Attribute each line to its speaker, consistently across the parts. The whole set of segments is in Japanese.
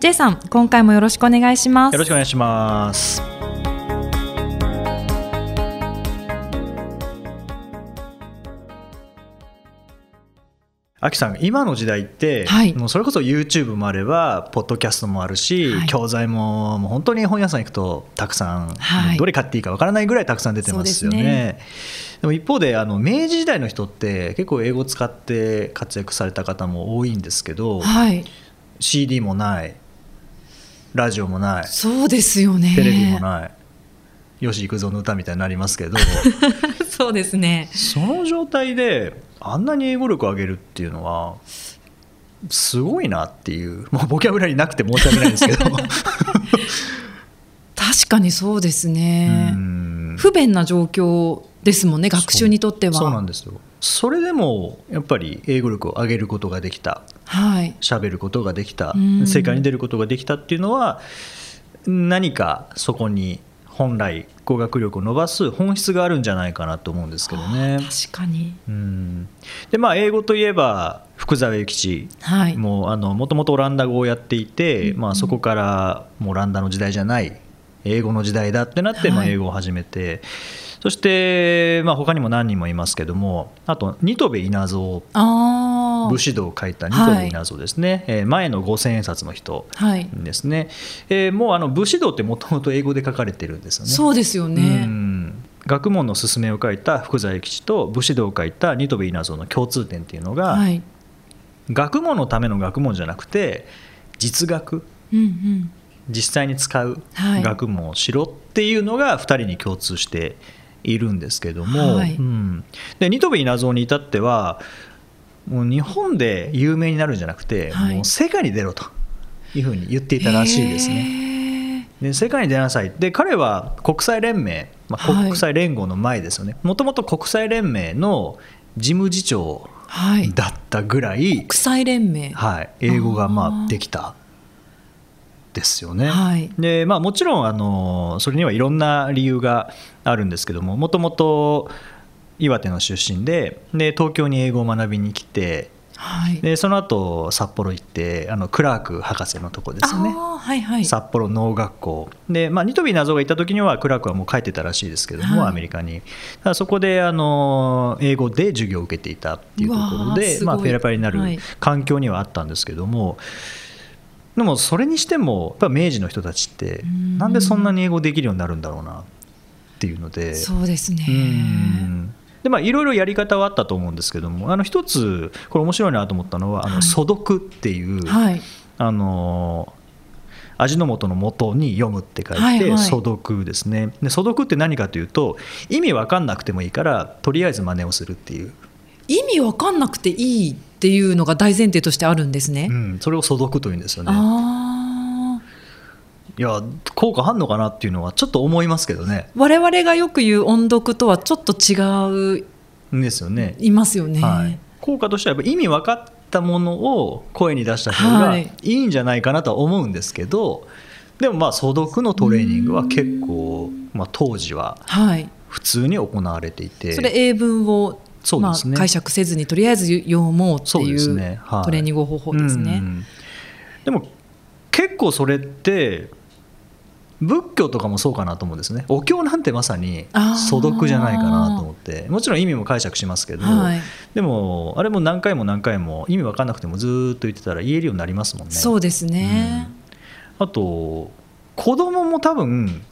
Speaker 1: J さん、今回もよろしくお願いします。
Speaker 2: よろしくお願いしますあきさん今の時代って、
Speaker 1: はい
Speaker 2: もうそれこそ YouTube もあればポッドキャストもあるし、
Speaker 1: はい
Speaker 2: 教材ももう本当に本屋さん行くとたくさん、
Speaker 1: はい
Speaker 2: もうどれ買っていいかわからないぐらいたくさん出てますよね
Speaker 1: そう
Speaker 2: で
Speaker 1: です
Speaker 2: も一方であの明治時代の人って結構英語使って活躍された方も多いんですけど、
Speaker 1: はい、
Speaker 2: CD もないラジオもない
Speaker 1: そうですよね。
Speaker 2: テレビもない、吉幾三の歌みたいになりますけど
Speaker 1: そうですね。
Speaker 2: その状態であんなに英語力を上げるっていうのはすごいなっていうもうボキャブラリーなくて申し訳ないんですけ ど
Speaker 1: 確かにそうですね
Speaker 2: うん
Speaker 1: 不便な状況ですもんね、学習にとっては。
Speaker 2: そうなんですよそれでもやっぱり英語力を上げることができた
Speaker 1: はい。
Speaker 2: 喋ることができた
Speaker 1: うん
Speaker 2: 世界に出ることができたっていうのは何かそこに本来語学力を伸ばす本質があるんじゃないかなと思うんですけどね。
Speaker 1: 確かに。
Speaker 2: うんでまあ英語といえば福沢諭吉
Speaker 1: はい。
Speaker 2: もうあのもともとオランダ語をやっていて、
Speaker 1: うん
Speaker 2: まあ、そこからもうオランダの時代じゃない英語の時代だってなって、まあ、
Speaker 1: はい
Speaker 2: 英語を始めて、そして、まあ、他にも何人もいますけどもあと新渡戸稲造
Speaker 1: ああ。
Speaker 2: 武士道を書いた新渡戸稲造ですね、えー前の五千円札の人
Speaker 1: はい。
Speaker 2: ですね、えーもうあの武士道ってもともと英語で書かれてるんですよね。
Speaker 1: そうですよ
Speaker 2: う
Speaker 1: ね。
Speaker 2: ん学問の勧めを書いた福沢諭吉と武士道を書いた新渡戸稲造の共通点っていうのが、
Speaker 1: はい。
Speaker 2: 学問のための学問じゃなくて実学
Speaker 1: うんうん。
Speaker 2: 実際に使う
Speaker 1: はい
Speaker 2: 学問をしろっていうのが2人に共通しているんですけども、
Speaker 1: はい
Speaker 2: うん、で新渡戸稲造に至ってはもう日本で有名になるんじゃなくて、
Speaker 1: はい
Speaker 2: もう世界に出ろというふうに言っていたらしいですね。
Speaker 1: ね。
Speaker 2: で世界に出なさいで彼は国際連盟、まあ、
Speaker 1: はい
Speaker 2: 国際連合の前ですよねもともと国際連盟の事務次長
Speaker 1: はい。
Speaker 2: だったぐらい、
Speaker 1: 国際連盟。
Speaker 2: はい、英語がま
Speaker 1: あ
Speaker 2: あ
Speaker 1: ー
Speaker 2: できたですよね。
Speaker 1: はい
Speaker 2: でまあ、もちろんあのそれにはいろんな理由があるんですけどももともと岩手の出身でで東京に英語を学びに来て
Speaker 1: はい。
Speaker 2: でその後札幌行ってあのクラーク博士のとこですよね。
Speaker 1: ああ、はいはい。
Speaker 2: 札幌農学校で、まあ、ニトビ謎がいた時にはクラークはもう帰ってたらしいですけども、
Speaker 1: はい
Speaker 2: アメリカにただそこであの英語で授業を受けていたっていうところ
Speaker 1: うわ
Speaker 2: で
Speaker 1: ーす
Speaker 2: まあ、
Speaker 1: ごい
Speaker 2: ペラペラになる
Speaker 1: はい
Speaker 2: 環境にはあったんですけども、でもそれにしてもやっぱ明治の人たちって
Speaker 1: うん
Speaker 2: なんでそんなに英語できるようになるんだろうなっていうので。
Speaker 1: そうですね
Speaker 2: う。んでまあ、いろいろやり方はあったと思うんですけどもあの一つこれ面白いなと思ったのは「あ
Speaker 1: は
Speaker 2: の
Speaker 1: い
Speaker 2: 素読」っていう、
Speaker 1: はい。
Speaker 2: あの味の素の素に読むって書いて、
Speaker 1: はいはい
Speaker 2: 素読ですねで素読って何かというと意味わかんなくてもいいからとりあえず真似をするっていう、
Speaker 1: 意味わかんなくていいっていうのが大前提としてあるんですね
Speaker 2: う。ん、それを素読というんですよね
Speaker 1: ああ。
Speaker 2: いや効果あんのかなっていうのはちょっと思いますけどね
Speaker 1: 我々がよく言う音読とはちょっと違う。
Speaker 2: ですよね、
Speaker 1: いますよね。
Speaker 2: はい、効果としてはやっぱ意味わかったものを声に出した方が
Speaker 1: はいい
Speaker 2: いんじゃないかなとは思うんですけど、でもまあ素読のトレーニングは結構、まあ、当時は
Speaker 1: はい。
Speaker 2: 普通に行われていて
Speaker 1: それ英文を。
Speaker 2: そうですね
Speaker 1: まあ、解釈せずにとりあえず読もうって
Speaker 2: そう
Speaker 1: い
Speaker 2: です
Speaker 1: う
Speaker 2: ねはい
Speaker 1: トレーニング方法です
Speaker 2: う
Speaker 1: ね。
Speaker 2: んでも結構それって仏教とかもそうかなと思うんですねお経なんてまさに
Speaker 1: あー
Speaker 2: 素読じゃないかなと思ってもちろん意味も解釈しますけど、
Speaker 1: はい。
Speaker 2: でもあれも何回も何回も意味分かんなくてもずーっと言ってたら言えるようになりますもんね
Speaker 1: そうですね。
Speaker 2: あと子供も多分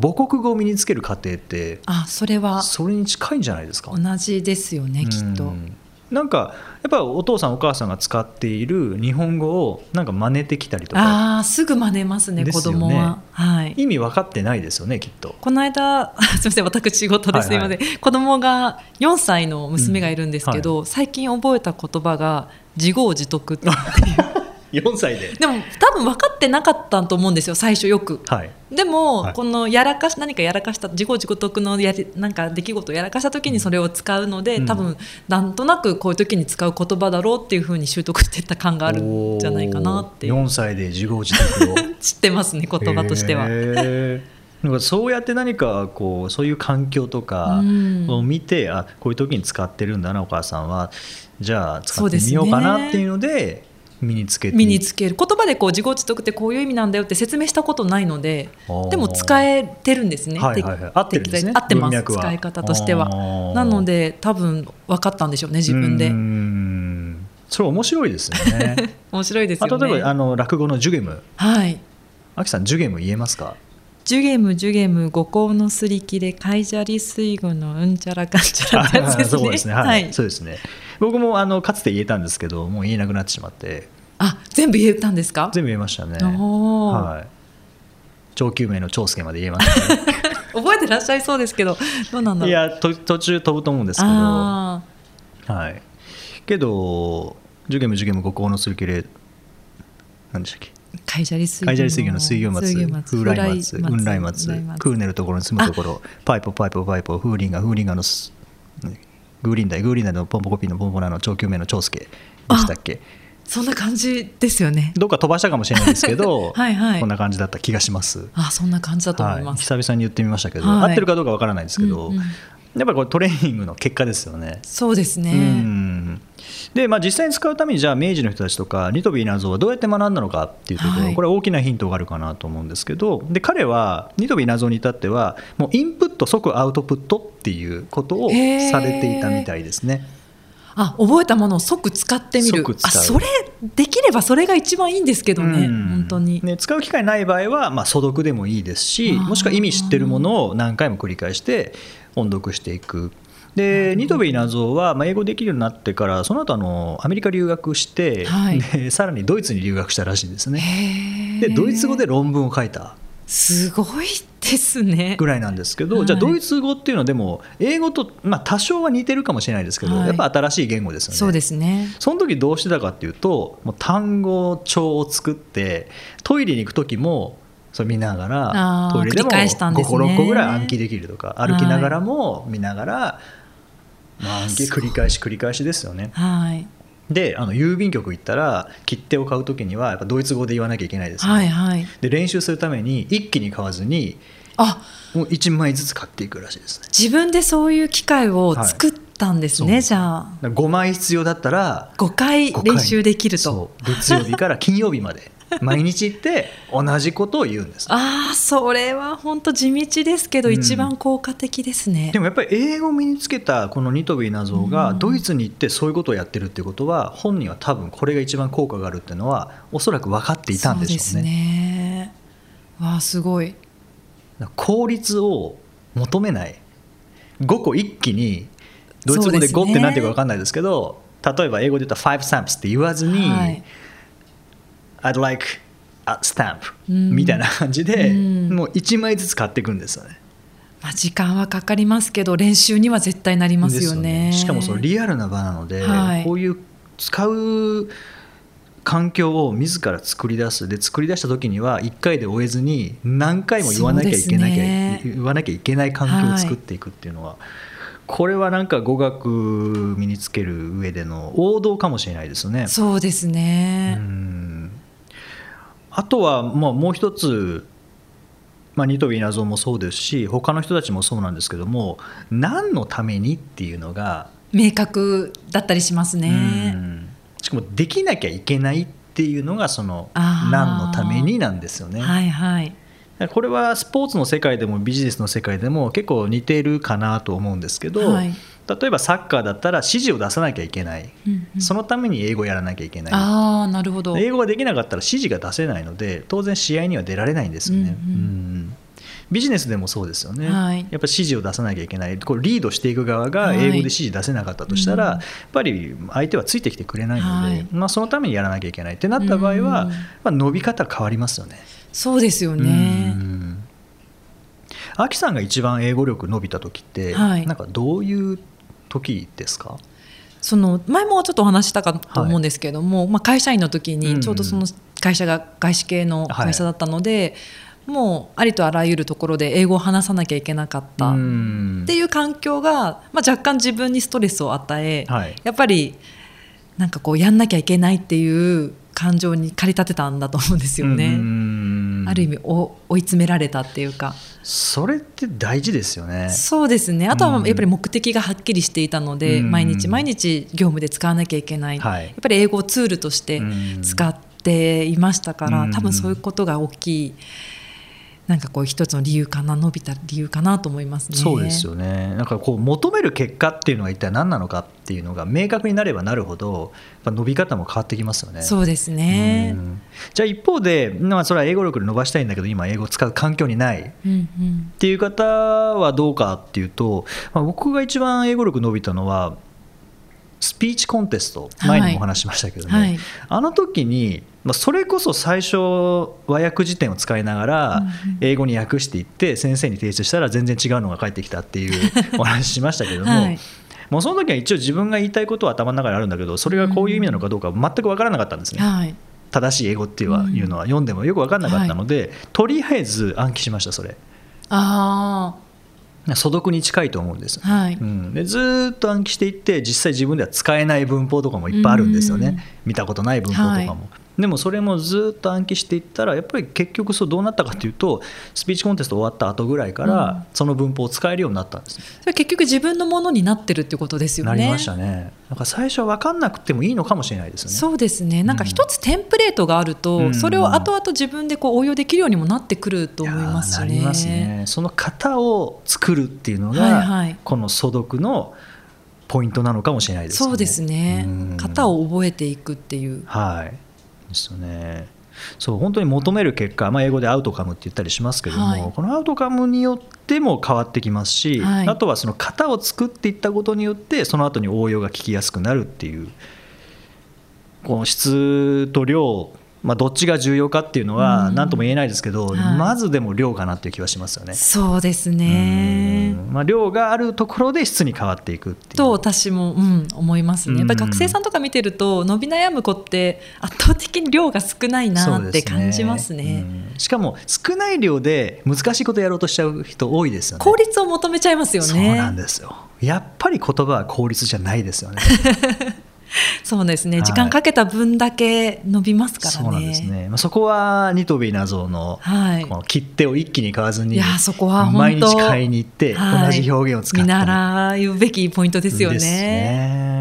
Speaker 2: 母国語を身につける過程って
Speaker 1: あ、それは
Speaker 2: それに近いんじゃないですか
Speaker 1: 同じですよね、きっ
Speaker 2: う
Speaker 1: と。
Speaker 2: んなんかやっぱりお父さんお母さんが使っている日本語をなんか真似てきたりとか
Speaker 1: ああ、すぐ真似ますね、
Speaker 2: です
Speaker 1: 子
Speaker 2: よね
Speaker 1: 供は。はい。
Speaker 2: 意味分かってないですよねきっと。
Speaker 1: この間、 すみません、私仕事です、
Speaker 2: はい
Speaker 1: い
Speaker 2: はい
Speaker 1: ません。子供が4歳の娘がいるんですけど、
Speaker 2: う
Speaker 1: 最近覚えた言葉が自業自得っていう。
Speaker 2: 4歳で
Speaker 1: でも多分分かってなかったと思うんですよ最初よく
Speaker 2: はい
Speaker 1: でも、
Speaker 2: はい
Speaker 1: このやらかし何かやらかした自業自得のやりなんか出来事をやらかした時にそれを使うので、
Speaker 2: うん
Speaker 1: 多分なんとなくこういう時に使う言葉だろうっていうふうに習得してった感があるんじゃないかなっていう
Speaker 2: 4歳で自業自得を
Speaker 1: 知ってますね言葉としては。
Speaker 2: へーなんかそうやって何かこうそういう環境とか
Speaker 1: うん
Speaker 2: を見て、あこういう時に使ってるんだなお母さんはじゃあ使ってみようか
Speaker 1: そうです
Speaker 2: な
Speaker 1: ね
Speaker 2: っていうので身につけて
Speaker 1: 身につける言葉でこう自業自得ってこういう意味なんだよって説明したことないので
Speaker 2: おー
Speaker 1: でも使えてるんですね、
Speaker 2: はいはいはい合ってるんですね
Speaker 1: 適材合ってま
Speaker 2: 文
Speaker 1: す
Speaker 2: 脈は
Speaker 1: 使い方としては
Speaker 2: おー
Speaker 1: なので多分分かったんでしょうね自分
Speaker 2: う
Speaker 1: で
Speaker 2: ーんそれ面白いですね
Speaker 1: 面白いです
Speaker 2: あ
Speaker 1: よね
Speaker 2: 例えばあの落語のジュゲム
Speaker 1: はい
Speaker 2: あきさんジュゲム言えますか
Speaker 1: ジュゲムジュゲム五行のすり切れカイジャリ水魚のうんちゃらかんちゃらってやつです
Speaker 2: そ
Speaker 1: ね
Speaker 2: うですねはい、
Speaker 1: はい
Speaker 2: そうですね僕もあのかつて言えたんですけどもう言えなくなってしまって
Speaker 1: あ全部言えたんですか
Speaker 2: 全部言えましたね
Speaker 1: おー
Speaker 2: はい上級名の長介まで言えました、ね、
Speaker 1: 覚えてらっしゃいそうですけどどうなん だろう
Speaker 2: いやと途中飛ぶと思うんですけどは
Speaker 1: あ
Speaker 2: いけどジュゲムジュゲム五行のすり切れ何でしたっけ
Speaker 1: ーカイジャリ水魚
Speaker 2: 海砂利水魚の水魚松風来松雲来松クーネルところに住むところパイポパイポパイポ風林が風林がのすグーリンダイグーリンダイのポンポコピーのポンポナの長久命の長介でしたっけ
Speaker 1: そんな感じですよね
Speaker 2: どっか飛ばしたかもしれないですけど
Speaker 1: はいはい
Speaker 2: こんな感じだった気がします。
Speaker 1: あそんな感じだと思い
Speaker 2: は
Speaker 1: ま
Speaker 2: い
Speaker 1: す、
Speaker 2: 久々に言ってみましたけど、
Speaker 1: はい
Speaker 2: 合ってるかどうかわからないですけど、
Speaker 1: うんうん
Speaker 2: やっぱりこれトレーニングの結果ですよね。
Speaker 1: そうですね、
Speaker 2: うんでまあ、実際に使うためにじゃあ明治の人たちとかリトビーナーゾーはどうやって学んだのかっていうところ、
Speaker 1: はい
Speaker 2: これは大きなヒントがあるかなと思うんですけどで彼はリトビーナーゾーに至ってはもうインプット即アウトプットっていうことを
Speaker 1: へー
Speaker 2: されていたみたいですね。
Speaker 1: あ覚えたものを即使ってみる
Speaker 2: 即使
Speaker 1: あ
Speaker 2: う
Speaker 1: それできればそれが一番いいんですけどね、
Speaker 2: うん
Speaker 1: 本当に、
Speaker 2: ね、使う機会ない場合は、まあ、素読でもいいですし
Speaker 1: あー
Speaker 2: もしくは意味知ってるものを何回も繰り返して音読していく。でニトベイナゾーは、まあ、英語できるようになってからその後あのアメリカ留学して、
Speaker 1: はい
Speaker 2: でさらにドイツに留学したらしいんですね。
Speaker 1: へー
Speaker 2: でドイツ語で論文を書いた
Speaker 1: すごいですね
Speaker 2: ぐらいなんですけど、
Speaker 1: はい
Speaker 2: じゃあドイツ語っていうのはでも英語と、まあ、多少は似てるかもしれないですけど、
Speaker 1: はい
Speaker 2: やっぱ新しい言語ですよね。
Speaker 1: そうですね
Speaker 2: その時どうしてたかっていうともう単語帳を作ってトイレに行く時もそう見なが
Speaker 1: あ
Speaker 2: ら
Speaker 1: ー
Speaker 2: トイレでも
Speaker 1: 繰り返したんですね
Speaker 2: 56個ぐらい暗記できるとか歩きながらも見ながら、まあ暗記
Speaker 1: すごい
Speaker 2: 繰り返し繰り返しですよね。
Speaker 1: はい
Speaker 2: であの郵便局行ったら切手を買う時にはやっぱドイツ語で言わなきゃいけないですよね。
Speaker 1: はいはい
Speaker 2: で練習するために一気に買わずに
Speaker 1: あ
Speaker 2: もう1枚ずつ買っていくらしいですね。
Speaker 1: 自分でそういう機会を作ったんですね、
Speaker 2: はい
Speaker 1: じゃあ
Speaker 2: だから5枚必要だったら
Speaker 1: 5回
Speaker 2: 5回
Speaker 1: 練習できると
Speaker 2: そう月曜日から金曜日ま で毎日行って同じことを言うんです
Speaker 1: ああそれは本当地道ですけど、
Speaker 2: うん
Speaker 1: 一番効果的ですね
Speaker 2: でもやっぱり英語を身につけたこのニトビーナゾーが
Speaker 1: うん
Speaker 2: ドイツに行ってそういうことをやってるっていうことは本人は多分これが一番効果があるっていうのはおそらく分かっていたんでしょ
Speaker 1: そう
Speaker 2: ね
Speaker 1: うですねわあすごい
Speaker 2: 効率を求めない5個一気にドイツ語で
Speaker 1: そうです
Speaker 2: 5
Speaker 1: ね
Speaker 2: って何ていうか分かんないですけど例えば英語で言ったら5 stamps って言わずに、
Speaker 1: はい
Speaker 2: I'd like a stamp
Speaker 1: うん
Speaker 2: みたいな感じで、
Speaker 1: うん
Speaker 2: もう1枚ずつ買っていくんですよね。
Speaker 1: まあ、時間はかかりますけど練習には絶対なりますよね
Speaker 2: ですよねしかもそのリアルな場なので、
Speaker 1: はい
Speaker 2: こういう使う環境を自ら作り出すで作り出した時には1回で終えずに何回も言わなきゃいけなきゃ、
Speaker 1: そうですね
Speaker 2: 言わなきゃいけない環境を作っていくっていうのは、これはなんか語学身につける上での王道かもしれないですね。
Speaker 1: そうです
Speaker 2: う
Speaker 1: ね、
Speaker 2: んあとは、まあ、もう一つ、まあ、ニトビー謎もそうですし他の人たちもそうなんですけども何のためにっていうのが、
Speaker 1: 明確だったりします
Speaker 2: う
Speaker 1: ね
Speaker 2: んしかもできなきゃいけないっていうのがその
Speaker 1: あー
Speaker 2: 何のためになんですよね。
Speaker 1: はいはい
Speaker 2: だからこれはスポーツの世界でもビジネスの世界でも結構似てるかなと思うんですけど、
Speaker 1: はい
Speaker 2: 例えばサッカーだったら指示を出さなきゃいけない、
Speaker 1: うんうん
Speaker 2: そのために英語やらなきゃいけない
Speaker 1: ああなるほど
Speaker 2: 英語ができなかったら指示が出せないので当然試合には出られないんですよね、
Speaker 1: うんうん
Speaker 2: うんビジネスでもそうですよね、
Speaker 1: はい
Speaker 2: やっぱ指示を出さなきゃいけないこれリードしていく側が
Speaker 1: はい
Speaker 2: 英語で指示出せなかったとしたら、
Speaker 1: うん
Speaker 2: やっぱり相手はついてきてくれないので、
Speaker 1: はい
Speaker 2: まあ、そのためにやらなきゃいけないってなった場合は、
Speaker 1: うん
Speaker 2: まあ、伸び方変わりますよね。
Speaker 1: そうですよね
Speaker 2: うんアキさんが一番英語力伸びた時って、
Speaker 1: はい
Speaker 2: なんかどういう時ですか
Speaker 1: その前もちょっとお話したかと思うんですけれども、まあ、会社員の時
Speaker 2: うんう
Speaker 1: に
Speaker 2: ん
Speaker 1: ちょうどその会社が外資系の会社だったので、もうありとあらゆるところで英語を話さなきゃいけなかったっ
Speaker 2: ん
Speaker 1: ていう環境が、まあ、若干自分にストレスを与え、
Speaker 2: はい
Speaker 1: やっぱりなんかこうやんなきゃいけないっていう感情に駆り立てたんだと思うんですよね。
Speaker 2: ね
Speaker 1: ある意味お追い詰められたっていうか、
Speaker 2: それって大事ですよね
Speaker 1: そうですねあと
Speaker 2: う
Speaker 1: は
Speaker 2: ん
Speaker 1: やっぱり目的がはっきりしていたので、
Speaker 2: うん
Speaker 1: 毎日毎日業務で使わなきゃいけない、
Speaker 2: はい
Speaker 1: やっぱり英語をツールとして
Speaker 2: うん
Speaker 1: 使っていましたから、
Speaker 2: うん
Speaker 1: 多分そういうことが大きいなんかこう一つの理由かな伸びた理由かなと思いますね。
Speaker 2: そうですよねなんかこう求める結果っていうのは一体何なのかっていうのが明確になればなるほどやっぱ伸び方も変わってきますよね
Speaker 1: そうですね
Speaker 2: う、んじゃあ一方で、まあ、それは英語力で伸ばしたいんだけど今英語を使う環境にない
Speaker 1: うんうん
Speaker 2: っていう方はどうかっていうと、まあ、僕が一番英語力伸びたのはスピーチコンテスト
Speaker 1: はい
Speaker 2: 前にもお話ししましたけどね、
Speaker 1: はい
Speaker 2: あの時に、まあ、それこそ最初和訳辞典を使いなが
Speaker 1: う
Speaker 2: ら
Speaker 1: んうん
Speaker 2: 英語に訳していって先生に提出したら全然違うのが返ってきたっていう お話ししましたけども。
Speaker 1: はい
Speaker 2: もうその時は一応自分が言いたいことは頭の中にあるんだけどそれがこういう意味なのかどうか全く分からなかったんですね、
Speaker 1: はい
Speaker 2: 正しい英語っていうはいうのは読んでもよく分かんなかったので、とりあえず暗記しましたそれ
Speaker 1: あ
Speaker 2: 素読に近いと思うんです、
Speaker 1: あはい、
Speaker 2: うん、でずーっと暗記していって実際自分では使えない文法とかもいっぱいあるんですよ
Speaker 1: うん
Speaker 2: ね見たことない文法とかも、
Speaker 1: は
Speaker 2: でもそれもずーっと暗記していったらやっぱり結局そうどうなったかというとスピーチコンテスト終わった後ぐらいか
Speaker 1: うん
Speaker 2: らその文法を使えるようになったんです、
Speaker 1: それ結局自分のものになってるってことですよね。
Speaker 2: なりましたねなんか最初は分かんなくてもいいのかもしれないですよね
Speaker 1: そうですねなんか一つテンプレートがあると、
Speaker 2: うん
Speaker 1: それを後々自分でこう応用できるようにもなってくると思いますしね。
Speaker 2: やーなりますねその型を作るっていうのが、
Speaker 1: はいはい
Speaker 2: この素読のポイントなのかもしれないですね
Speaker 1: そうですね
Speaker 2: うん
Speaker 1: 型を覚えていくっていう、
Speaker 2: はいですよねそう本当に求める結果、まあ、英語でアウトカムって言ったりしますけども、
Speaker 1: はい
Speaker 2: このアウトカムによっても変わってきますし、
Speaker 1: はい
Speaker 2: あとはその型を作っていったことによってその後に応用が聞きやすくなるっていうこの質と量、まあ、どっちが重要かっていうのは
Speaker 1: うん
Speaker 2: 何とも言えないですけど、
Speaker 1: はい
Speaker 2: まずでも量かなっていう気はしますよね。
Speaker 1: そうですね
Speaker 2: うんまあ、量があるところで質に変わっていくっていう
Speaker 1: と私も、うん、思いますねやっぱり
Speaker 2: うん
Speaker 1: 学生さんとか見てると伸び悩む子って圧倒的に量が少ないなって感じます
Speaker 2: そ
Speaker 1: ね
Speaker 2: うですねうんしかも少ない量で難しいことやろうとしちゃう人多いですよね
Speaker 1: 効率を求めちゃいますよね
Speaker 2: そうなんですよやっぱり言葉は効率じゃないですよ ね
Speaker 1: そうですね、
Speaker 2: はい
Speaker 1: 時間かけた分だけ伸びますからね
Speaker 2: そうなんですね、まあ、そこはニトビ謎の,、
Speaker 1: はい
Speaker 2: この切手を一気に買わずに
Speaker 1: いやーそこは本当
Speaker 2: 毎日買いに行って
Speaker 1: は
Speaker 2: 同
Speaker 1: い
Speaker 2: じ表現を使って
Speaker 1: 見習うべきポイントですよね。
Speaker 2: ですね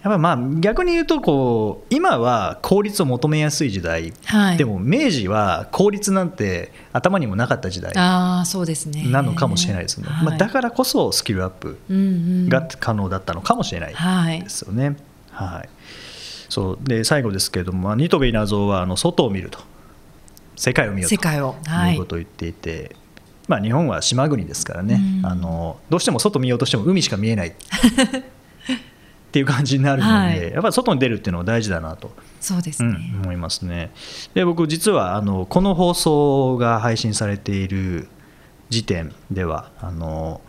Speaker 2: やっぱりまあ逆に言うとこう今は効率を求めやすい時代
Speaker 1: はい、
Speaker 2: でも明治は効率なんて頭にもなかった時代
Speaker 1: ああそうですね
Speaker 2: なのかもしれないですね、
Speaker 1: はい
Speaker 2: まあ、だからこそスキルアップ
Speaker 1: うんうん、
Speaker 2: が可能だったのかもしれない
Speaker 1: はい
Speaker 2: で、すよね。はい、そうで最後ですけれども、まあ、ニトベイナゾーはあの外を見ると世界を見ようと
Speaker 1: 世界を、はいいう
Speaker 2: こ、とを言っていて、まあ、日本は島国ですからね、
Speaker 1: うん
Speaker 2: あのどうしても外見ようとしても海しか見えないっていう感じになるので、
Speaker 1: はい
Speaker 2: やっぱり外に出るっていうのは大事だなと
Speaker 1: そうです
Speaker 2: う
Speaker 1: ね。
Speaker 2: ん、思いますね。で僕実はあのこの放送が配信されている時点ではあの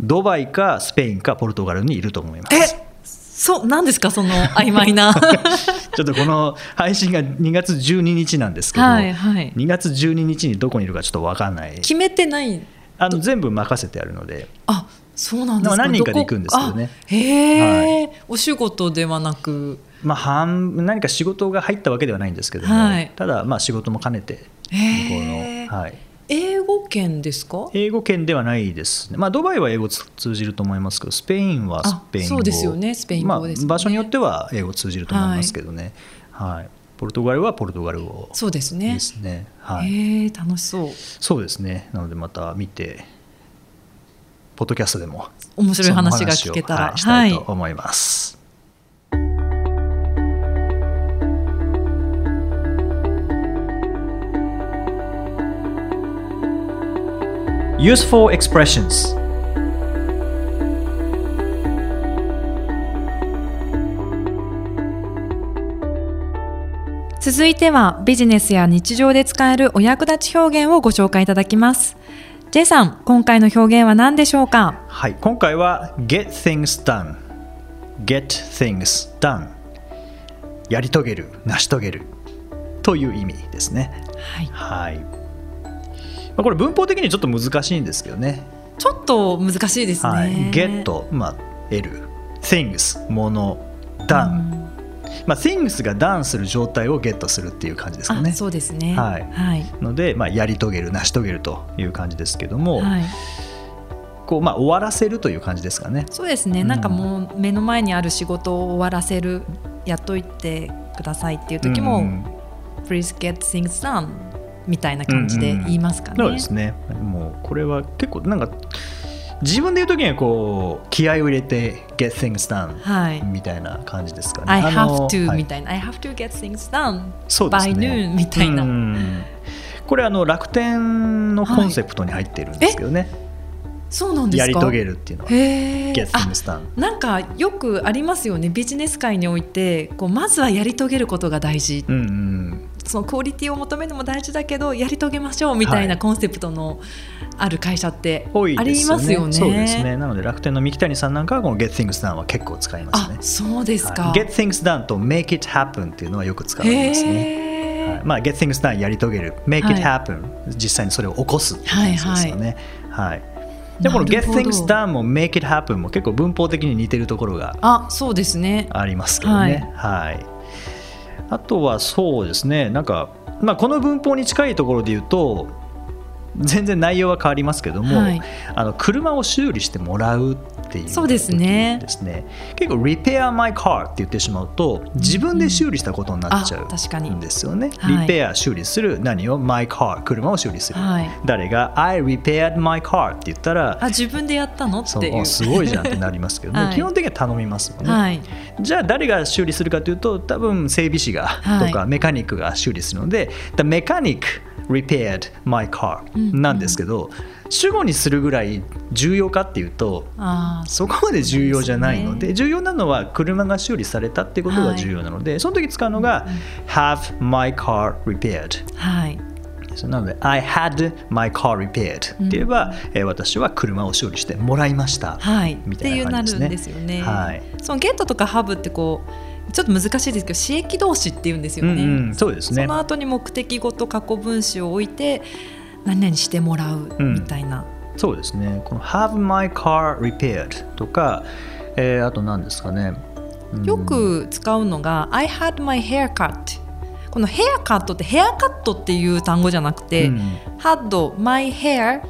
Speaker 2: ドバイかスペインかポルトガルにいると思います。
Speaker 1: えそうなんですかその曖昧 な
Speaker 2: ちょっとこの配信が2月12日なんですけど、
Speaker 1: はいはい
Speaker 2: 2月12日にどこにいるかちょっと分かんない
Speaker 1: 決めてない
Speaker 2: あの全部任せてあるので
Speaker 1: あそうなんですか
Speaker 2: でも何人かで
Speaker 1: どこ
Speaker 2: 行くんですけどね
Speaker 1: あへえ、お仕事ではなく
Speaker 2: まあ、半何か仕事が入ったわけではないんですけども、
Speaker 1: はい
Speaker 2: ただまあ仕事も兼ねて向こう
Speaker 1: へえ
Speaker 2: の、はい、
Speaker 1: 英語圏ですか
Speaker 2: 英語圏ではないですね、まあ、ドバイは英語つ通じると思いますけどスペインはスペイン語
Speaker 1: あそうですよねスペイン語ですもんね
Speaker 2: まあ、場所によっては英語通じると思いますけどね、はいポルトガルはポルトガル語
Speaker 1: そうですね
Speaker 2: ですねはい、
Speaker 1: へえ楽しそう
Speaker 2: そうですねなのでまた見てポッドキャストでも
Speaker 1: 面白い話
Speaker 2: その
Speaker 1: が聞
Speaker 2: 話を
Speaker 1: けたら
Speaker 2: はい、したいと思います、Useful expressions
Speaker 1: 続いてはビジネスや日常で使えるお役立ち表現をご紹介いただきます。J さん、今回の表現は何でしょうか
Speaker 2: はい、今回は Get things done get things done やり遂げる成し遂げるという意味ですね
Speaker 1: はい
Speaker 2: はい、まあ、これ文法的にちょっと難しいんですけどね
Speaker 1: ちょっと難しいですね、
Speaker 2: はい、get まあ得る things もの
Speaker 1: う
Speaker 2: done、
Speaker 1: ん
Speaker 2: まあ things が done する状態をゲットするっていう感じですか
Speaker 1: あ
Speaker 2: ね
Speaker 1: そうですね
Speaker 2: はい
Speaker 1: はい、
Speaker 2: ので、まあ、やり遂げる成し遂げるという感じですけども、
Speaker 1: はい
Speaker 2: こうまあ、終わらせるという感じですかね
Speaker 1: そうですね、
Speaker 2: うん
Speaker 1: なんかもう目の前にある仕事を終わらせるやっといてくださいっていう時も、
Speaker 2: うん
Speaker 1: Please get things done みたいな感じで言いますかね、
Speaker 2: そうですねもうこれは結構なんか自分で言う時にはこう気合を入れて「get things done
Speaker 1: はい」
Speaker 2: みたいな感じですかね。
Speaker 1: I
Speaker 2: あの
Speaker 1: have to
Speaker 2: はい
Speaker 1: みたいな、I have to get things done
Speaker 2: そうです
Speaker 1: by
Speaker 2: ね
Speaker 1: noon みたいな、
Speaker 2: うんこれあの楽天のコンセプトに入ってるんですけどね、
Speaker 1: そうなんです
Speaker 2: や
Speaker 1: か
Speaker 2: り遂げるっていうのは「
Speaker 1: へー
Speaker 2: get
Speaker 1: あ
Speaker 2: things done
Speaker 1: なんかよくありますよねビジネス界においてこうまずはやり遂げることが大事」
Speaker 2: うんうん
Speaker 1: そのクオリティを求めるのも大事だけどやり遂げましょうみたい
Speaker 2: は
Speaker 1: ないコンセプトのある会社って
Speaker 2: 多い
Speaker 1: あ
Speaker 2: で
Speaker 1: り
Speaker 2: すよ
Speaker 1: ま
Speaker 2: ね
Speaker 1: すよね。
Speaker 2: そうですねなので楽天の三木谷さんなんかはこの「get things done」は結構使います
Speaker 1: あ
Speaker 2: ね。
Speaker 1: そうですか。
Speaker 2: はい get things done と make it happen っていうのはよく使われますね。
Speaker 1: へ
Speaker 2: は
Speaker 1: ー
Speaker 2: いまあ、get things done やり遂げる make
Speaker 1: は
Speaker 2: it
Speaker 1: い
Speaker 2: happen、実際にそれを起こすっていう感じですよね。はいでこの
Speaker 1: な
Speaker 2: get
Speaker 1: るほど
Speaker 2: things done も make it happen も結構文法的に似てるところが
Speaker 1: あそうですね。
Speaker 2: ありますけどね。はいあとはそうですねなんか、まあ、この文法に近いところで言うと全然内容は変わりますけども、
Speaker 1: はい
Speaker 2: あの車を修理してもらうっていう
Speaker 1: そうですね
Speaker 2: 時にですね結構「repair my car」って言ってしまうと自分で修理したことになっちゃ
Speaker 1: あ確か
Speaker 2: う
Speaker 1: に
Speaker 2: んですよね。
Speaker 1: はい
Speaker 2: リペア修理する何を my car 車を修理する、
Speaker 1: はい
Speaker 2: 誰が「I repaired my car」って言ったら
Speaker 1: あ自分でやったのっ
Speaker 2: そ
Speaker 1: ていうう。
Speaker 2: すごいじゃんってなりますけど、も
Speaker 1: はい
Speaker 2: 基本的には頼みますもんね。
Speaker 1: はい。
Speaker 2: じゃあ誰が修理するかというと多分整備士が
Speaker 1: はい
Speaker 2: とかメカニックが修理するので、The mechanic repaired my car
Speaker 1: うんうん
Speaker 2: なんですけど、主語にするぐらい重要かっていうと
Speaker 1: あー
Speaker 2: そこまで重要じゃないの
Speaker 1: そう
Speaker 2: で
Speaker 1: です
Speaker 2: 重要なのは車が修理されたってことが重要なので、その時使うのが、have my car repaired
Speaker 1: はい。
Speaker 2: ですなので I had my car repaired って言えば、えー私は車を修理してもらいました、
Speaker 1: はい。
Speaker 2: み
Speaker 1: ったてい
Speaker 2: いうな
Speaker 1: な
Speaker 2: 感
Speaker 1: る
Speaker 2: じ
Speaker 1: んですよね。
Speaker 2: はい
Speaker 1: そのゲットとかハブってこうちょっと難しいですけど刺激動詞っていうんですよ
Speaker 2: うん
Speaker 1: ね。
Speaker 2: うん、そうです
Speaker 1: そ
Speaker 2: ね
Speaker 1: の後に目的語と過去分詞を置いて何々してもらうみたいな。
Speaker 2: そうですね。この Have my car repaired とか、えーあと何ですかね。うん
Speaker 1: よく使うのが「I had my haircut」この「ヘアカット」って「ヘアカット」っていう単語じゃなくて「
Speaker 2: うん
Speaker 1: had my hair」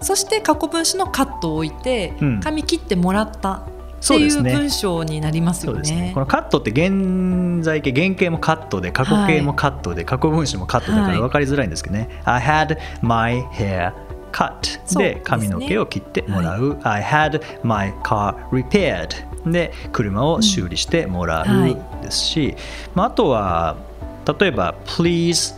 Speaker 1: そして過去分詞の「カット」を置いて
Speaker 2: うん
Speaker 1: 髪切ってもらったって
Speaker 2: そう
Speaker 1: い
Speaker 2: で
Speaker 1: う
Speaker 2: すね
Speaker 1: 文章になります
Speaker 2: そう
Speaker 1: よ
Speaker 2: ですね
Speaker 1: ね
Speaker 2: こ。のカットって現在形原形もカットで過去形もカットで、過去分詞もカットだか
Speaker 1: はい
Speaker 2: ら分かりづらいんですけどね、I had my hair cut
Speaker 1: そう
Speaker 2: で
Speaker 1: で
Speaker 2: す
Speaker 1: ね
Speaker 2: 髪の毛を切ってもらう、I had my car repaired で車を修理してもら
Speaker 1: うんはいう
Speaker 2: ですし、まあ、あとは例えば Please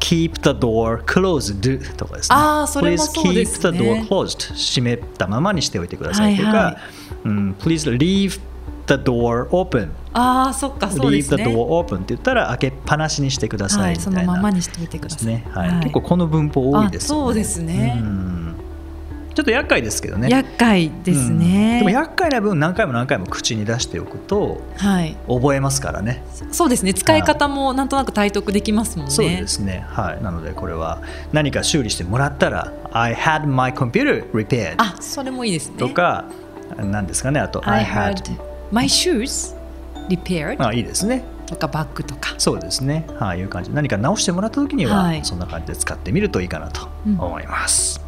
Speaker 2: keep the door closed とかですね
Speaker 1: あーそれもそうですね
Speaker 2: Please keep the door closed 閉めたままにしておいてくださいとか、
Speaker 1: はいはい
Speaker 2: うん Please leave the door open
Speaker 1: ああそっかそうで
Speaker 2: leave
Speaker 1: す
Speaker 2: the
Speaker 1: ね。
Speaker 2: door open って言ったら開けっぱなしにしてくださ
Speaker 1: はいい、
Speaker 2: み
Speaker 1: そ
Speaker 2: た
Speaker 1: の
Speaker 2: いな、
Speaker 1: ままにしておいてく
Speaker 2: で
Speaker 1: だ
Speaker 2: す
Speaker 1: さい。
Speaker 2: ね、はい
Speaker 1: はい
Speaker 2: 結構この文法多いですよ
Speaker 1: あそうですね
Speaker 2: うんちょっと厄介ですけどね
Speaker 1: 厄介です
Speaker 2: うん
Speaker 1: ね。
Speaker 2: でも厄介な分何回も何回も口に出しておくと
Speaker 1: はい、
Speaker 2: 覚えますからね
Speaker 1: そうですね。使い方もなんとなく体得できますもんね。
Speaker 2: そうですねはいなのでこれは何か修理してもらったら I had my computer repaired
Speaker 1: あ、それもいいですね。
Speaker 2: とか、なんですかね、あと、
Speaker 1: I
Speaker 2: I
Speaker 1: had
Speaker 2: had。
Speaker 1: my shoes repaired
Speaker 2: あいいですね。
Speaker 1: とかバッグとか。
Speaker 2: そうですね。はい、いう感じ。何か直してもらった時には、
Speaker 1: はい
Speaker 2: そんな感じで使ってみるといいかなと
Speaker 1: うん
Speaker 2: 思います。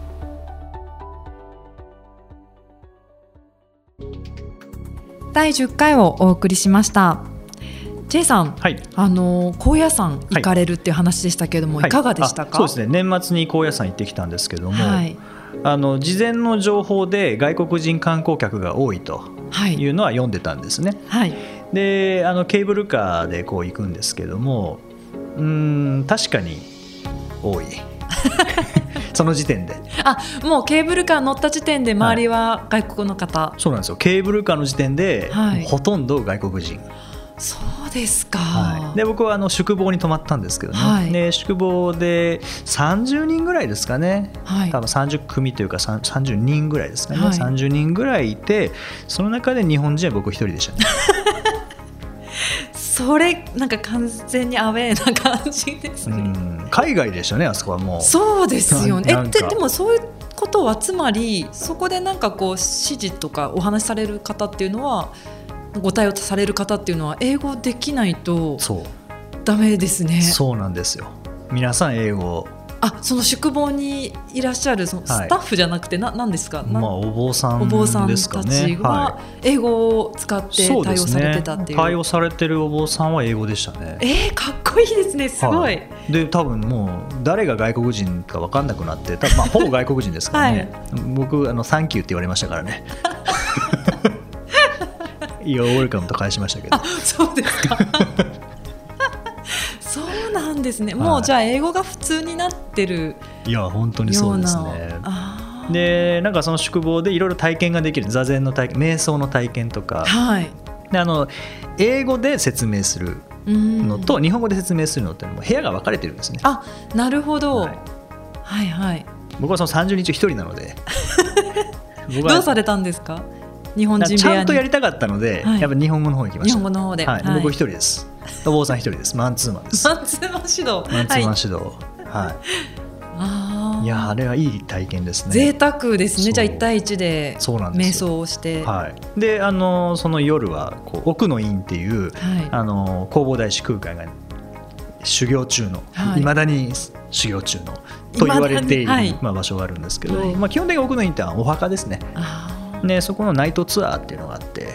Speaker 1: 第10回をお送りしました。J さん、
Speaker 2: はい。
Speaker 1: あのー高野山行かれるっていう話でしたけれども、、
Speaker 2: はい
Speaker 1: かがでしたか。
Speaker 2: あそうですね。年末に高野山行ってきたんですけども、
Speaker 1: はい、
Speaker 2: あの事前の情報で外国人観光客が多いと
Speaker 1: はいい、
Speaker 2: うのは読んでたんですね。
Speaker 1: はい、
Speaker 2: で、あのケーブルカーでこう行くんですけども、うーん確かに多 い。その時点で。
Speaker 1: あ、もうケーブルカー乗った時点で周りは外国の方。
Speaker 2: そうなんですよケーブルカーの時点で、
Speaker 1: はい
Speaker 2: ほとんど外国人
Speaker 1: そうですか、
Speaker 2: はい、で僕はあの宿坊に泊まったんですけどね、はい、で宿坊で30人ぐらいですかね、はい、多分30組というか30人ぐらいですかね、はい、30人ぐらいいてその中で日本人は僕一人でした ね。
Speaker 1: それなんか完全にアウェーな感じですね。
Speaker 2: 海外でしたねあそこはもう。
Speaker 1: そうですよね。えででもそういうことはつまりそこでなんかこう指示とかお話しされる方っていうのはご対応される方っていうのは英語できないとダメですね。
Speaker 2: そうなんですよ。皆さん英語
Speaker 1: あその宿坊にいらっしゃるそのスタッフじゃなくて、はい、な何ですか、
Speaker 2: まあ、お坊さん、ね、お坊さんたち
Speaker 1: が英語を使って対応されてたっていう、
Speaker 2: ね、対応されてるお坊さんは英語でしたね
Speaker 1: えー、かっこいいですねすごい、はい、
Speaker 2: で多分もう誰が外国人か分かんなくなって多分、まあ、ほぼ外国人ですからね、はい、僕あの「サンキュー」って言われましたから ねいや「オルカム」と返しましたけど
Speaker 1: そうです かなんですね。もうじゃあ英語が普通になってる、
Speaker 2: はい、いや本当にそうですね。でなんかその宿坊でいろいろ体験ができる座禅の体験瞑想の体験とか、
Speaker 1: はい、
Speaker 2: であの英語で説明するのと日本語で説明するのって部屋が分かれてるんですね。
Speaker 1: あなるほど、はい、はいはい
Speaker 2: 僕はその30日一人なの で
Speaker 1: どうされたんですか日本人
Speaker 2: ちゃんとやりたかったので、はい、やっぱ日本語の方行きました
Speaker 1: 日本語の方で、
Speaker 2: はい、僕一人です、お坊さん一人ですマンツーマンです
Speaker 1: マンツーマン指導
Speaker 2: マンツーマン指導はい、はい
Speaker 1: あ
Speaker 2: いやあれはいい体験ですね
Speaker 1: 贅沢ですねじゃあ1対1で瞑想をして
Speaker 2: はいであのその夜はこう奥の院っていう、はい、あの弘法大師空海が修行中の、はいまだに修行中のと言われている、はい、まあ、場所があるんですけど、はい、まあ、基本的に奥の院ってお墓ですねでそこのナイトツアーっていうのがあって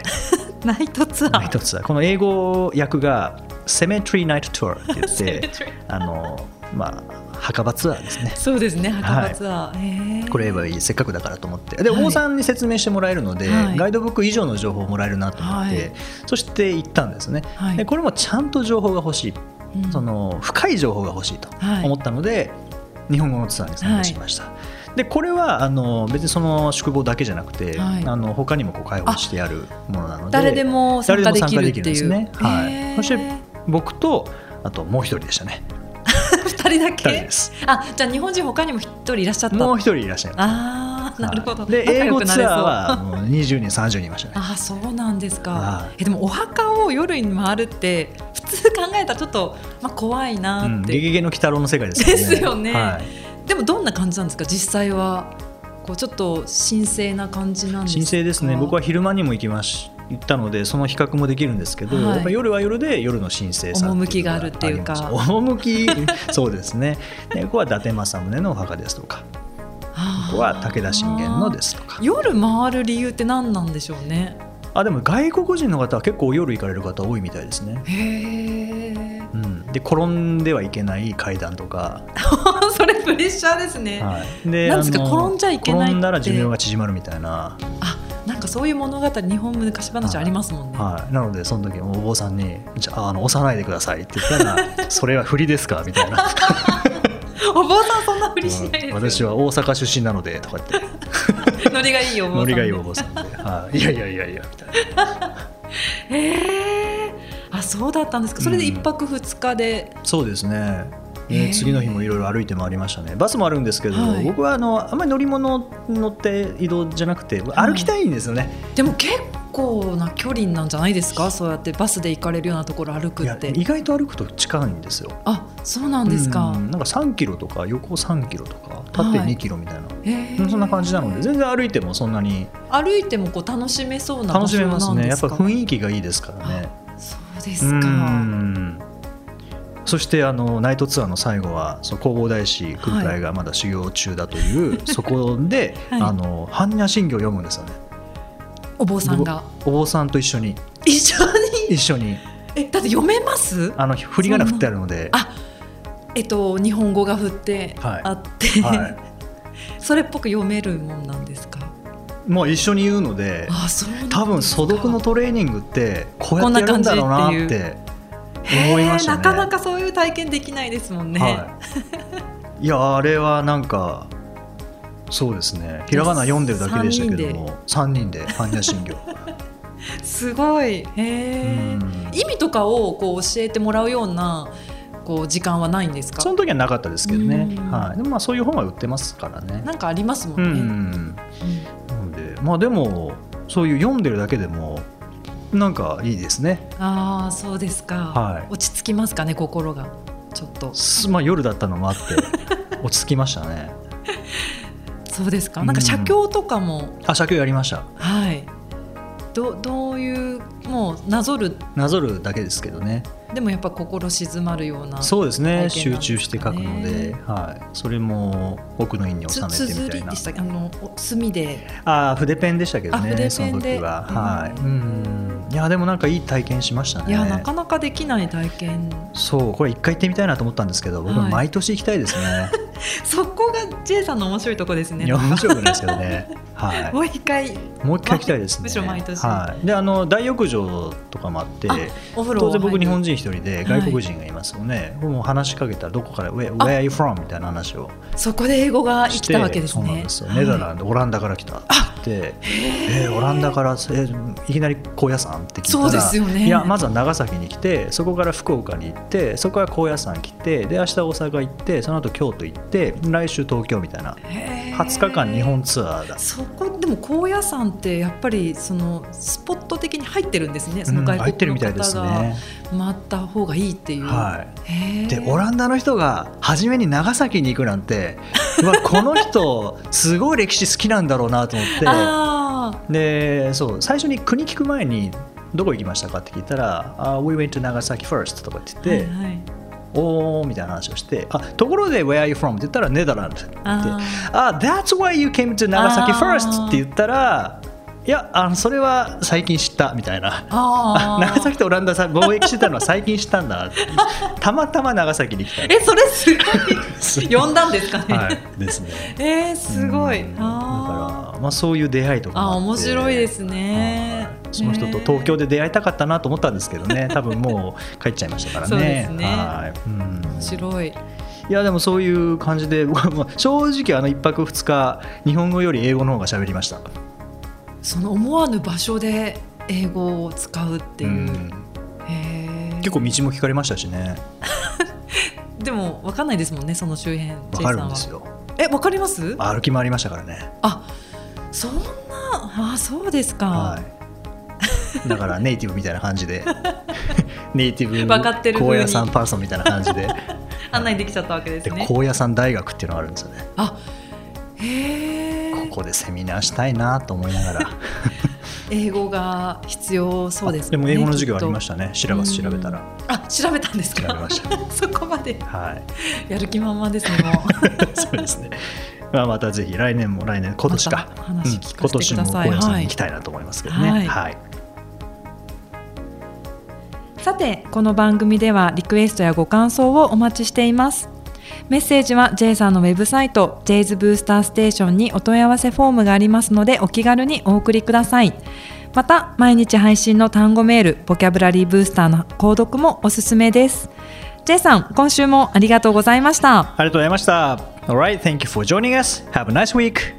Speaker 1: ナイトツアー
Speaker 2: ナイトツアーこの英語訳がセメトリーナイトツアーって 言ってあのまあ墓場ツアーですね、
Speaker 1: そうですね墓場ツアー、はい
Speaker 2: これ言えばいいせっかくだからと思ってでお坊さんに説明してもらえるので、はい、ガイドブック以上の情報をもらえるなと思って、はい、そして行ったんですね、でこれもちゃんと情報が欲しい、その深い情報が欲しいと思ったので、日本語のツアーに参加しました、でこれはあの別にその宿坊だけじゃなくて、はい、あの他にもこう開放してやるものなので
Speaker 1: 誰でも参加できるっていうです
Speaker 2: ね、はい、そして 僕とあともう一人でしたね
Speaker 1: 2人だけあじゃあ日本人他にも1人いらっしゃった
Speaker 2: もう1人いらっしゃい
Speaker 1: ああなるほど、はい、
Speaker 2: で英語ツアーはもう20人30人いましたね
Speaker 1: あそうなんですか、えでもお墓を夜に回るって普通考えたらちょっと、まあ、怖いなって、うん、
Speaker 2: ゲゲゲの鬼太郎の世界です
Speaker 1: よねですよね、はいでもどんな感じなんですか実際はこうちょっと神聖な感じなんです
Speaker 2: 神聖ですね僕は昼間にも行きまし行ったのでその比較もできるんですけど、はい、夜は夜で夜の神聖さ
Speaker 1: 趣があるっていうか
Speaker 2: 趣 そうですねでここは伊達政宗のお墓ですとかここは武田信玄のですとか
Speaker 1: 夜回る理由って何なんでしょうね
Speaker 2: あでも外国人の方は結構夜行かれる方多いみたいですね
Speaker 1: へえ
Speaker 2: うん、で転んではいけない階段とか
Speaker 1: それプレッシャーですね、、
Speaker 2: はい
Speaker 1: でなんですか転んじゃいけない
Speaker 2: 転んだら寿命が縮まるみたいな
Speaker 1: あなんかそういう物語日本昔話ありますもんね、
Speaker 2: はい、はい、なのでその時お坊さんに「じゃああの押さないでください」って言ったら「それは振りですか?」みたいな
Speaker 1: お坊さんそんな振りしないです、ね、
Speaker 2: 私は大阪出身なのでとか 言
Speaker 1: ってノリがいいお坊さん
Speaker 2: ノリがいいお坊さんで、はい、いやいやいやいやみたいな
Speaker 1: へえーあそうだったんですか。それで一泊二日で、、
Speaker 2: うん、そうですね。えー、次の日もいろいろ歩いて回りましたね。バスもあるんですけど、はい、僕はあのあんまり乗り物乗って移動じゃなくて歩きたいんですよね。はい
Speaker 1: でも結構な距離なんじゃないですか。そうやってバスで行かれるようなところ歩くって。
Speaker 2: 意外と歩くと近いんですよ。
Speaker 1: あそうなんですか。
Speaker 2: んなんか3キロとか横3キロとか縦2キロみたいな、はいえー、そんな感じなので全然歩いてもそんなに
Speaker 1: 歩いてもこう楽しめそうな
Speaker 2: 楽しめますね。やっぱ雰囲気がいいですからね。
Speaker 1: そうですか。
Speaker 2: そしてあのナイトツアーの最後はその弘法大師空海がまだ修行中だという、はい、そこで、はい、あの般若心経を読むんですよね。
Speaker 1: お坊さんが
Speaker 2: お坊さんと一緒に
Speaker 1: 一緒に
Speaker 2: 一緒に
Speaker 1: えだって読めます
Speaker 2: あの振り仮名振ってあるので
Speaker 1: あえっと日本語が振ってあって、はい、 それっぽく読めるもんなんですか
Speaker 2: まあ、一緒に言うので多分素読のトレーニングってこうやってやるんだろうなって思いました、ね、、
Speaker 1: なかなかそういう体験できないですもんね、はい
Speaker 2: いやあれはなんかそうですねひらがな読んでるだけでしたけども3人で般若心経
Speaker 1: すご いへえ、意味とかをこう教えてもらうようなこう時間はないんですか
Speaker 2: その時はなかったですけどね、はい、でもまあそういう本は売ってますからね
Speaker 1: なんかありますもんね、
Speaker 2: なのでまあでもそういう読んでるだけでもなんかいいですね
Speaker 1: ああそうですか、
Speaker 2: はい
Speaker 1: 落ち着きますかね心がちょっと
Speaker 2: すまあ夜だったのもあって 落ち着きましたね
Speaker 1: そうですかなんか写経とかも、
Speaker 2: あ写経やりました
Speaker 1: はいどどういうもうなぞる
Speaker 2: なぞるだけですけどね
Speaker 1: でもやっぱ心静まるような
Speaker 2: そうですね
Speaker 1: 体験
Speaker 2: 集
Speaker 1: なんですかね
Speaker 2: 中して書くので、はい、それも奥の院に収
Speaker 1: つ
Speaker 2: めてみ
Speaker 1: 綴
Speaker 2: た
Speaker 1: り
Speaker 2: いな
Speaker 1: でしたっけあのお墨で
Speaker 2: ああ筆ペンでしたけど
Speaker 1: あ筆ペン
Speaker 2: ね
Speaker 1: で
Speaker 2: その時は
Speaker 1: うん
Speaker 2: はいうんいやでもなんかいい体験しましたね
Speaker 1: いやなかなかできない体験
Speaker 2: そうこれ一回行ってみたいなと思ったんですけど僕
Speaker 1: はい
Speaker 2: 毎年行きたいですね、
Speaker 1: そこが J さんの面白いとこ ですね
Speaker 2: い、や面白くないですけどね はい
Speaker 1: もう一回
Speaker 2: もう一回行きたいですね。
Speaker 1: むしろ毎年
Speaker 2: はい、であの大浴場とかもあって
Speaker 1: あお風呂
Speaker 2: 当然僕日本
Speaker 1: 人
Speaker 2: 人一人で外国人がいますよね、もう話しかけたらどこから「Where, where are you from?」みたいな話を
Speaker 1: そこで英語が生
Speaker 2: し
Speaker 1: き
Speaker 2: て
Speaker 1: たわけですね
Speaker 2: そうなんですよ、
Speaker 1: はい
Speaker 2: ネザーランドオランダから来たってえーオランダから、えーいきなり高野山って聞いた
Speaker 1: そう
Speaker 2: ら
Speaker 1: ですよね
Speaker 2: いやまずは長崎に来てそこから福岡に行ってそこから高野山来てで明日大阪行ってその後京都行って来週東京みたいな
Speaker 1: へー
Speaker 2: 20日間日本ツアーだ
Speaker 1: そこでも高野山ってやっぱりそのスポット的に入ってるんですねその
Speaker 2: うん入
Speaker 1: 外
Speaker 2: ってる
Speaker 1: 国
Speaker 2: み
Speaker 1: の
Speaker 2: たいです
Speaker 1: 方が
Speaker 2: ね。
Speaker 1: 回った方がいいっていう、
Speaker 2: はい
Speaker 1: へー
Speaker 2: でオランダの人が初めに長崎に行くなんてうわこの人すごい歴史好きなんだろうなと思っ
Speaker 1: あー
Speaker 2: てでそう最初に国聞く前にどこ行きましたかって聞いたら「あ We went to 長崎 first」とかって言って「
Speaker 1: はいはい
Speaker 2: おー」みたいな話をして「あところで Where are you from?」って言ったら「ネダランド」って言って
Speaker 1: あ
Speaker 2: 「あ That's why you came to 長崎 first」って言ったら「いやあのそれは最近知った」みたいな。あ
Speaker 1: あー
Speaker 2: 長崎とオランダさ貿易してたのは最近知ったん だたまたま長崎に来た
Speaker 1: えそれすごい
Speaker 2: すごい
Speaker 1: 呼んだんですかね、
Speaker 2: はい、ですね。
Speaker 1: えー、すごい
Speaker 2: うんだ
Speaker 1: あ
Speaker 2: から、まあ、そういう出会いとかもあ
Speaker 1: ああ
Speaker 2: って
Speaker 1: 面白いですね
Speaker 2: はいその人と東京
Speaker 1: で
Speaker 2: で出会いたかったなと思ったんですけどね、多分もう帰っちゃいましたからね。
Speaker 1: そうですね
Speaker 2: はい、うん
Speaker 1: 面白い
Speaker 2: いや、でも、そういう感じで、僕はまあ正直、あの一泊二日。日本語より英語の方が喋りました。っ
Speaker 1: その思わぬ場所で英語を使うっていう、へー
Speaker 2: 結構道も聞かれましたしね。
Speaker 1: でもわかんないですもんねその周辺
Speaker 2: わ
Speaker 1: J
Speaker 2: か
Speaker 1: さん
Speaker 2: る
Speaker 1: は
Speaker 2: んですよ。
Speaker 1: えわかりますあ
Speaker 2: 歩き回りましたからね。
Speaker 1: そんなあそうですか、
Speaker 2: はい。だから、ネイティブみたいな感じ で。ネイティブ。
Speaker 1: わかってる風に
Speaker 2: 高野山パーソンみたいな感 じで。
Speaker 1: 案内できちゃったわけです
Speaker 2: で
Speaker 1: ね
Speaker 2: 高野山大学っていうのがあるんですよね
Speaker 1: あへ
Speaker 2: こ
Speaker 1: え
Speaker 2: こでセミナーしたいなと思いながら
Speaker 1: 英語が必要そうです
Speaker 2: でも英語の授業ありま
Speaker 1: し
Speaker 2: したね調べ調べたら
Speaker 1: たあ調べたんです
Speaker 2: 調べ
Speaker 1: か
Speaker 2: ました
Speaker 1: そこまで
Speaker 2: はい
Speaker 1: やる気満々ですねもう
Speaker 2: そうですねまあまたぜひ来年も来年今年か
Speaker 1: また話聞かせてください
Speaker 2: うん今年も高野山
Speaker 1: は
Speaker 2: に
Speaker 1: い
Speaker 2: 行きたいなと思いますけどね
Speaker 1: はい
Speaker 2: はい
Speaker 1: さてこの番組ではリクエストやご感想をお待ちしていますメッセージは J さんのウェブサイト J's ブースターステーションにお問い合わせフォームがありますのでお気軽にお送りくださいまた毎日配信の単語メールボキャブラリーブースターの購読もおすすめです J さん今週もありがとうございました
Speaker 2: ありがとうございました Alright thank you for joining us have a nice week